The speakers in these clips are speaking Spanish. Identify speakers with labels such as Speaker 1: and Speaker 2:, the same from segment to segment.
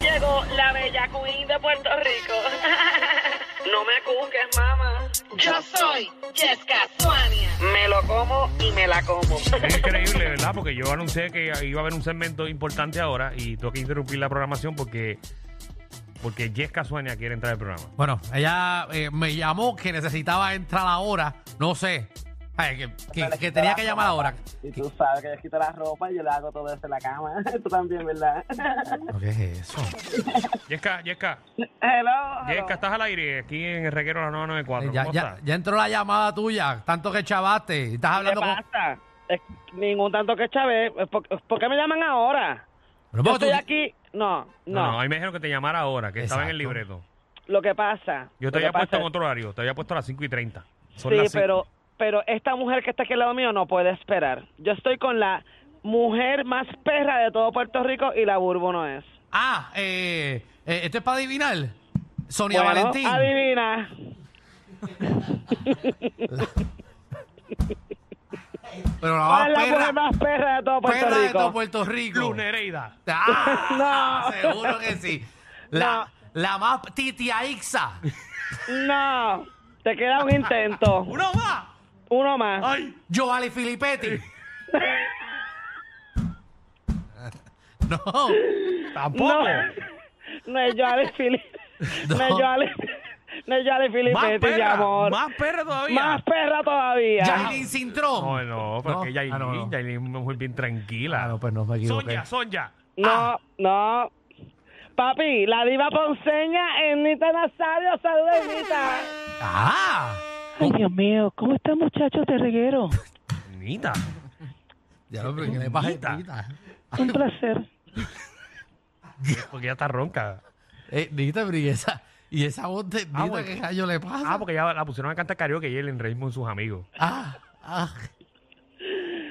Speaker 1: Llegó la bella queen de Puerto Rico. No me cuques, mamá. Yo soy Jessica Suania. Me lo como y me la como.
Speaker 2: Es increíble, ¿verdad? Porque yo anuncié que iba a haber un segmento importante ahora y tengo que interrumpir la programación porque porque Jessica Sueña quiere entrar al programa.
Speaker 3: Bueno, ella eh, me llamó que necesitaba entrar ahora, no sé, Ay, que, que- que tenía que llamar ahora.
Speaker 4: Y tú sabes que yo quito la ropa y yo le hago todo eso en la cama. tú también, ¿verdad?
Speaker 3: ¿Qué es eso?
Speaker 2: Jessica, Jessica,
Speaker 4: hello. hello.
Speaker 2: Jessica, estás al aire aquí en el reguero de la 994.
Speaker 3: Eh, Ya,
Speaker 2: ¿Cómo
Speaker 3: ya-
Speaker 2: estás?
Speaker 3: ya entró la llamada tuya, tanto que chavaste, estás
Speaker 4: ¿Qué
Speaker 3: hablando con...
Speaker 4: pasa? Es que ningún tanto que Chávez. ¿Por, por qué me llaman ahora?
Speaker 3: Pero
Speaker 4: Yo
Speaker 3: porque tú-
Speaker 4: estoy aquí. No,
Speaker 2: No, no,
Speaker 4: no.
Speaker 2: a mí me dijeron que te llamara ahora, que estaba en el
Speaker 3: Exacto.
Speaker 2: libreto.
Speaker 4: Lo que pasa.
Speaker 2: Yo te
Speaker 4: lo que
Speaker 2: había puesto
Speaker 4: pasa
Speaker 2: en
Speaker 4: es-
Speaker 2: otro horario, te había puesto a las 5 y 30. Son
Speaker 4: Sí,
Speaker 2: las cinco.
Speaker 4: pero, pero esta mujer que está aquí al lado mío no puede esperar. Yo estoy con la mujer más perra de todo Puerto Rico y la burbo no es.
Speaker 3: Ah, eh, eh, esto es para adivinar. Sonia
Speaker 4: Bueno,
Speaker 3: Valentín.
Speaker 4: Adivina.
Speaker 3: Pero la
Speaker 4: ¿Cuál
Speaker 3: más
Speaker 4: es la
Speaker 3: Ah, perra,
Speaker 4: mujer más perra de todo Puerto
Speaker 3: perra de
Speaker 4: Rico?
Speaker 3: todo Puerto Rico.
Speaker 2: Lunereida.
Speaker 3: Ah,
Speaker 4: No.
Speaker 3: Seguro que sí. La, la más titia Ixa.
Speaker 4: No, te queda un intento.
Speaker 3: Uno más.
Speaker 4: Uno más.
Speaker 3: Ay. Giovanni Filippetti. no.
Speaker 2: Tampoco.
Speaker 4: No es Joale Filipe. No, es
Speaker 3: No.
Speaker 4: Joale. No es Joale
Speaker 2: Más
Speaker 4: Filipetti, mi
Speaker 2: perra,
Speaker 4: amor.
Speaker 2: más perra todavía.
Speaker 4: Más perra todavía.
Speaker 3: Yailin Sintrón.
Speaker 2: No, no, porque Yailin,
Speaker 3: Ah, no, no.
Speaker 2: Yailin es una mujer bien tranquila.
Speaker 3: Ah, no, pues no me equivoqué.
Speaker 2: Sonja, Sonja.
Speaker 4: No, no. Papi, la diva ponceña, Ernita Nazario, saluda Ernita.
Speaker 3: Ah.
Speaker 4: Ay, Dios mío, ¿cómo están muchachos de reguero?
Speaker 2: Nita.
Speaker 3: Ya lo que le pasa a
Speaker 2: Nita.
Speaker 3: Nita.
Speaker 4: Un placer.
Speaker 2: Porque ya está ronca.
Speaker 3: Eh, Nita, pero y esa, y esa voz de Nita,
Speaker 2: bueno.
Speaker 3: ¿qué rayo le pasa?
Speaker 2: Ah, porque ya la pusieron a cantar karaoke y él en reír con sus amigos.
Speaker 3: Ah, ah.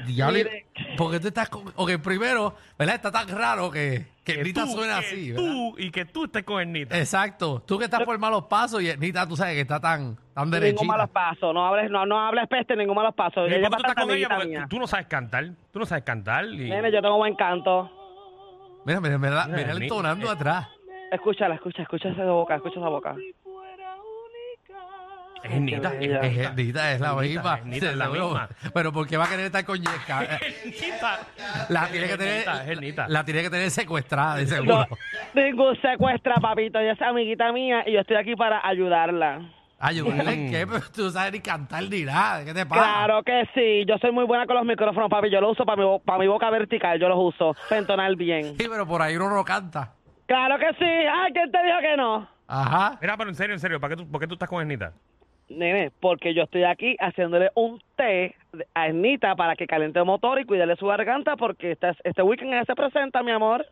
Speaker 3: Diablo.
Speaker 4: Mire.
Speaker 3: ¿Por qué tú estás con.? Ok, primero, ¿verdad? Está tan raro que, que, Nita
Speaker 2: tú,
Speaker 3: suena
Speaker 2: que
Speaker 3: así, ¿verdad? Eh,
Speaker 2: tú y que tú estés con Ernita.
Speaker 3: Exacto. Tú que estás por malos pasos y Nita, tú sabes que está tan, tan
Speaker 4: Ningún
Speaker 3: derechita.
Speaker 4: malos pasos. No hables, no, no hables peste, ningún malos pasos.
Speaker 2: ¿Y
Speaker 4: Ella
Speaker 2: por qué tú
Speaker 4: pasa
Speaker 2: estás con ella?
Speaker 4: amiguita
Speaker 2: Porque
Speaker 4: mía.
Speaker 2: tú no sabes cantar. Tú no sabes cantar. y-
Speaker 4: Nene, yo tengo buen canto.
Speaker 3: Mira, mira, mira, mira,
Speaker 2: Mira,
Speaker 3: el
Speaker 2: ni-
Speaker 3: tonando
Speaker 2: eh.
Speaker 3: atrás.
Speaker 4: Escúchala, escucha, escucha esa boca, escucha esa boca.
Speaker 2: Es Ernita.
Speaker 4: Qué bella.
Speaker 2: es
Speaker 3: Es Nita, es la
Speaker 2: Nita,
Speaker 3: misma.
Speaker 2: es Nita, es la
Speaker 3: Seguro.
Speaker 2: misma.
Speaker 3: Pero ¿por qué va a querer estar con Yesca? Eh,
Speaker 2: Ernita.
Speaker 3: la tiene que
Speaker 2: Es
Speaker 3: tener,
Speaker 2: Nita, es Nita.
Speaker 3: la tiene que tener secuestrada, de seguro.
Speaker 4: No, ningún secuestra, papito. Ella es amiguita mía y yo estoy aquí para ayudarla.
Speaker 3: Ayúdale, ¿qué? Pero tú no sabes ni cantar ni nada. ¿Qué te pasa?
Speaker 4: Claro que sí. Yo soy muy buena con los micrófonos, papi. Yo los uso para mi, bo- para mi boca vertical. Yo los uso para entonar bien.
Speaker 3: Sí, pero por ahí uno no canta.
Speaker 4: Claro que sí. Ay, ¿quién te dijo que no?
Speaker 3: Ajá.
Speaker 2: Mira, pero en serio, en serio. ¿para qué tú, ¿Por qué tú estás con Ernita?
Speaker 4: Nene, porque yo estoy aquí haciéndole un té a Ernita para que caliente el motor y cuidarle su garganta porque este, este weekend ella se presenta, mi amor.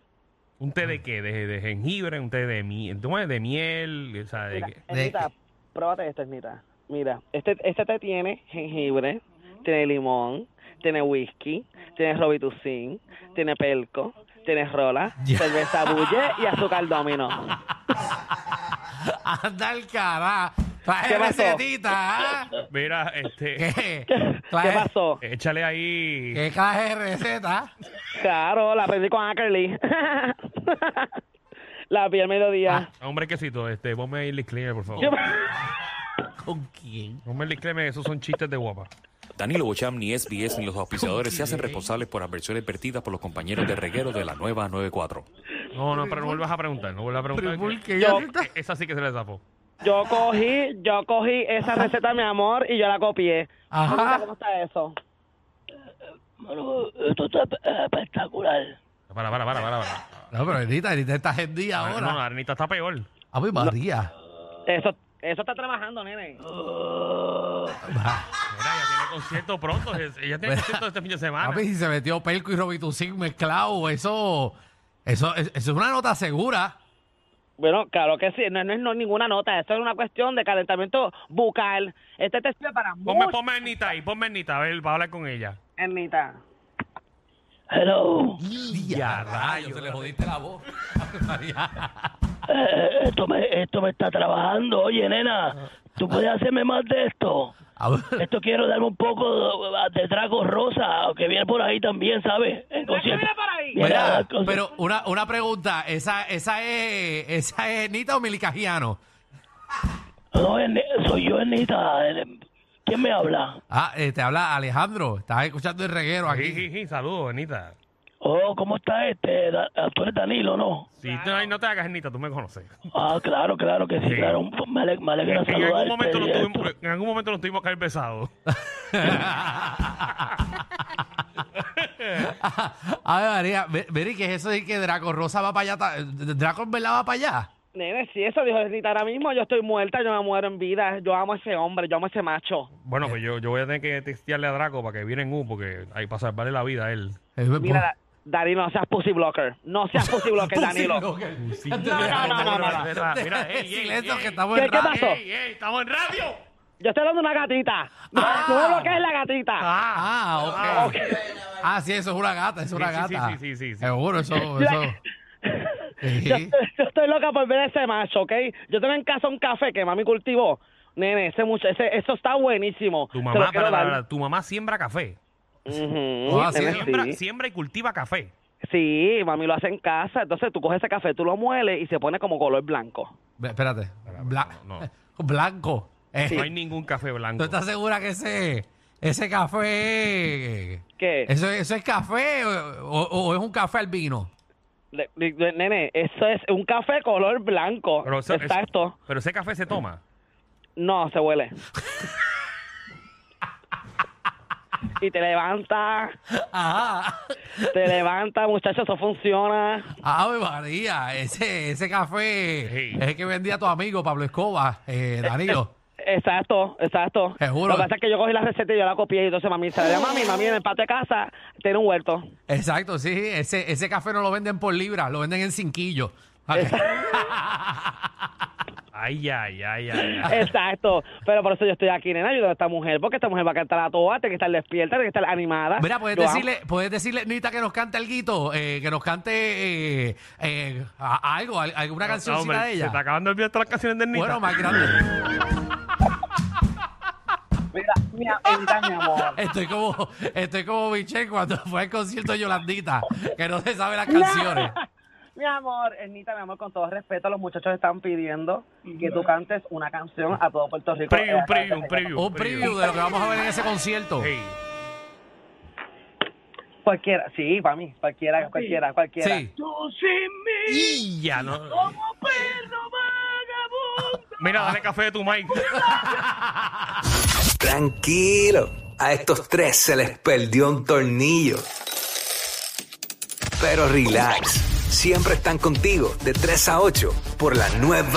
Speaker 2: ¿Un té de qué? ¿De, de jengibre? ¿Un té de miel? ¿De miel? O sea, de
Speaker 4: Mira,
Speaker 2: qué?
Speaker 3: de-
Speaker 4: Ernita, pruébate esto, Ernita. Mira, este, este té tiene jengibre, tiene limón, tiene whisky, tiene robitussin, tiene pelco, tiene rola,
Speaker 3: Ya.
Speaker 4: cerveza bulle y azúcar domino.
Speaker 3: Anda el cara. Traje
Speaker 4: ¿Qué pasó?
Speaker 3: recetita, ¿ah?
Speaker 2: Mira, este...
Speaker 3: ¿Qué?
Speaker 4: ¿Qué
Speaker 3: Traje-
Speaker 4: pasó?
Speaker 2: Échale ahí...
Speaker 3: ¿Qué clase de receta?
Speaker 4: Claro, la aprendí con Ackerly. la vi al
Speaker 3: Ah.
Speaker 4: mediodía.
Speaker 2: A un brequecito, este, ponme ahí el disclaimer, por favor.
Speaker 4: Yo-
Speaker 3: ¿Con quién?
Speaker 2: Ponme el disclaimer, esos son chistes de guapa.
Speaker 5: Danilo Bocham, ni SBS, ni los auspiciadores se hacen responsables por adversiones vertidas por los compañeros de reguero de la nueva 94.
Speaker 2: No, no, pero no vuelvas a preguntar, no vuelvas a preguntar.
Speaker 3: ¿Pero por
Speaker 2: que-
Speaker 3: qué?
Speaker 4: Yo-
Speaker 2: Eh, Esa sí que se le tapó.
Speaker 4: Yo cogí, yo cogí esa receta, mi amor, y yo la copié. Ernita,
Speaker 3: Ajá.
Speaker 4: ¿Cómo está eso?
Speaker 2: Para, para, para, para. para.
Speaker 3: No, pero Anita, Anita está en día
Speaker 2: No, no,
Speaker 3: ahora. Ah, pues,
Speaker 2: la arenita está peor.
Speaker 3: Ave María.
Speaker 4: Eso, eso está trabajando, nene.
Speaker 2: Mira, ella tiene concierto pronto. es- Ella tiene
Speaker 3: Mira.
Speaker 2: concierto este fin de semana.
Speaker 3: Papi, si se metió Pelco y Robitussin mezclado, eso, eso, eso es una nota segura.
Speaker 4: Bueno, claro que sí, no, no es no- ninguna nota, esto es una cuestión de calentamiento bucal. Este te sirve para
Speaker 2: Ponme,
Speaker 4: mucho.
Speaker 2: ponme a Ernita ahí, ponme a Ernita, a ver, para hablar con ella.
Speaker 4: Ernita. Hello,
Speaker 3: Ya, rayos, se le jodiste la voz. María.
Speaker 4: Eh, esto me, esto me está trabajando, oye nena, ¿tú puedes hacerme más de esto?
Speaker 3: Ah. A ver,
Speaker 4: Esto quiero darme un poco de trago rosa, que viene por ahí también, ¿sabes? viene por ahí?
Speaker 3: mira, pero una, una pregunta, ¿esa, esa es esa es Nita o Milicajiano?
Speaker 4: No, soy yo, Ernita. ¿Quién me habla?
Speaker 3: Ah, eh, te habla Alejandro, estás escuchando el reguero
Speaker 2: Sí,
Speaker 3: aquí.
Speaker 2: sí, sí, saludos, Ernita.
Speaker 4: Oh, ¿cómo está este? Da- Tú eres Danilo, ¿no?
Speaker 2: Si tú no, no te hagas, Ernita, tú me conoces.
Speaker 4: Ah, claro, claro que sí,
Speaker 2: Sí.
Speaker 4: claro. Me, ale- me alegra
Speaker 2: En algún, momento nos
Speaker 4: saludarte.
Speaker 2: tuvimos, en algún momento nos tuvimos que haber besado.
Speaker 3: A ver, María, ve- Veri, ¿qué es eso de que Draco Rosa va para allá? ta- ¿Draco en verdad va para allá?
Speaker 4: Nene, sí, eso dijo Ernita. Ahora mismo yo estoy muerta, yo me muero en vida. Yo amo a ese hombre, yo amo a ese macho.
Speaker 2: Bueno, pues yo, yo voy a tener que textearle a Draco para que viene en U, porque ahí para salvarle la vida a él.
Speaker 3: Eh, pues-
Speaker 4: Mira, Danilo, no seas pussy blocker. No seas pussy blocker, Danilo.
Speaker 3: No,
Speaker 4: no, no, no, no.
Speaker 2: Mira, mira, ey, ey,
Speaker 3: Silencio,
Speaker 2: ey.
Speaker 3: que estamos en
Speaker 4: ¿Qué- qué
Speaker 3: radio.
Speaker 4: pasó?
Speaker 2: ¡Ey, ey! ¡Estamos en radio!
Speaker 4: Yo estoy hablando de una gatita. No,
Speaker 3: Ah.
Speaker 4: no me bloquees la gatita.
Speaker 3: Ah, ok. Ah, sí, eso es una gata, es una
Speaker 2: Sí, sí,
Speaker 3: gata. Eh,
Speaker 2: sí, sí, sí, sí.
Speaker 3: Seguro, eso, eso.
Speaker 4: Yo,
Speaker 3: Sí.
Speaker 4: yo estoy loca por ver a ese macho, ¿ok? Yo tengo en casa un café que mami cultivó. Nene, ese mucho, ese, eso está buenísimo.
Speaker 2: Tu
Speaker 4: Se lo
Speaker 2: mamá,
Speaker 4: quiero
Speaker 2: para,
Speaker 4: dar.
Speaker 2: para- tu mamá siembra café.
Speaker 4: Ujú,
Speaker 3: Ah, sí,
Speaker 4: nene,
Speaker 2: Siembra,
Speaker 4: sí.
Speaker 2: siembra y cultiva café.
Speaker 4: Sí, mami lo hace en casa. Entonces tú coges ese café, tú lo mueles y se pone como color blanco.
Speaker 3: Ve, Espérate. Bla-
Speaker 2: no, no.
Speaker 3: Blanco. Eh,
Speaker 2: No hay ningún café
Speaker 3: ¿Tú
Speaker 2: blanco.
Speaker 3: estás segura que ese, ese café...
Speaker 4: ¿Qué?
Speaker 3: ¿Eso, eso es café o, o- o es un café al vino?
Speaker 4: Le- le- le- Nene, eso es un café color blanco.
Speaker 2: Pero eso- eso-
Speaker 4: Exacto.
Speaker 2: pero ese café se toma.
Speaker 4: No, se huele. y te levanta,
Speaker 3: Ajá.
Speaker 4: te levanta, muchachos, eso funciona.
Speaker 3: Ave María, ese, ese café
Speaker 2: Sí.
Speaker 3: es el que vendía tu amigo Pablo Escoba, eh, Danilo.
Speaker 4: Exacto, exacto.
Speaker 3: Seguro.
Speaker 4: Lo que pasa es que yo cogí la receta y yo la copié y entonces mami se la dio a mami, mami en el patio de casa tiene un huerto.
Speaker 3: Exacto, sí, ese, ese café no lo venden por libra, lo venden en cinquillo.
Speaker 2: Ay, ay, ay, ay. ay.
Speaker 4: Exacto. Pero por eso yo estoy aquí, nena, ayudando a esta mujer, porque esta mujer va a cantar a toda, tiene que estar despierta, tiene que estar animada.
Speaker 3: Mira, puedes
Speaker 4: Yo amo-
Speaker 3: decirle, puedes decirle, Nita, que nos cante algo, que nos cante eh, eh, a- algo, al- alguna
Speaker 2: No,
Speaker 3: cancioncita
Speaker 2: hombre,
Speaker 3: de
Speaker 2: Se está
Speaker 3: ella.
Speaker 2: acabando el video de todas las canciones de Ernita.
Speaker 3: Bueno, más grande.
Speaker 4: Mira, mira, Anita, mi amor.
Speaker 3: Estoy como, estoy como Michelle cuando fue al concierto de Yolandita, que no se sabe las canciones.
Speaker 4: Mi amor, Ernita, mi amor, con todo respeto, los muchachos están pidiendo que tú cantes una canción a todo Puerto Rico.
Speaker 2: preview,
Speaker 4: Eh,
Speaker 2: un preview, un preview.
Speaker 3: Un Oh, preview de lo que vamos a ver en ese concierto.
Speaker 2: Ey,
Speaker 4: Cualquiera, sí, para mí, cualquiera, cualquiera, cualquiera.
Speaker 3: Sí.
Speaker 2: y ya no. Mira, dale café de tu mic.
Speaker 6: Tranquilo, a estos tres se les perdió un tornillo. Pero relax, siempre están contigo de 3 a 8 por la nueva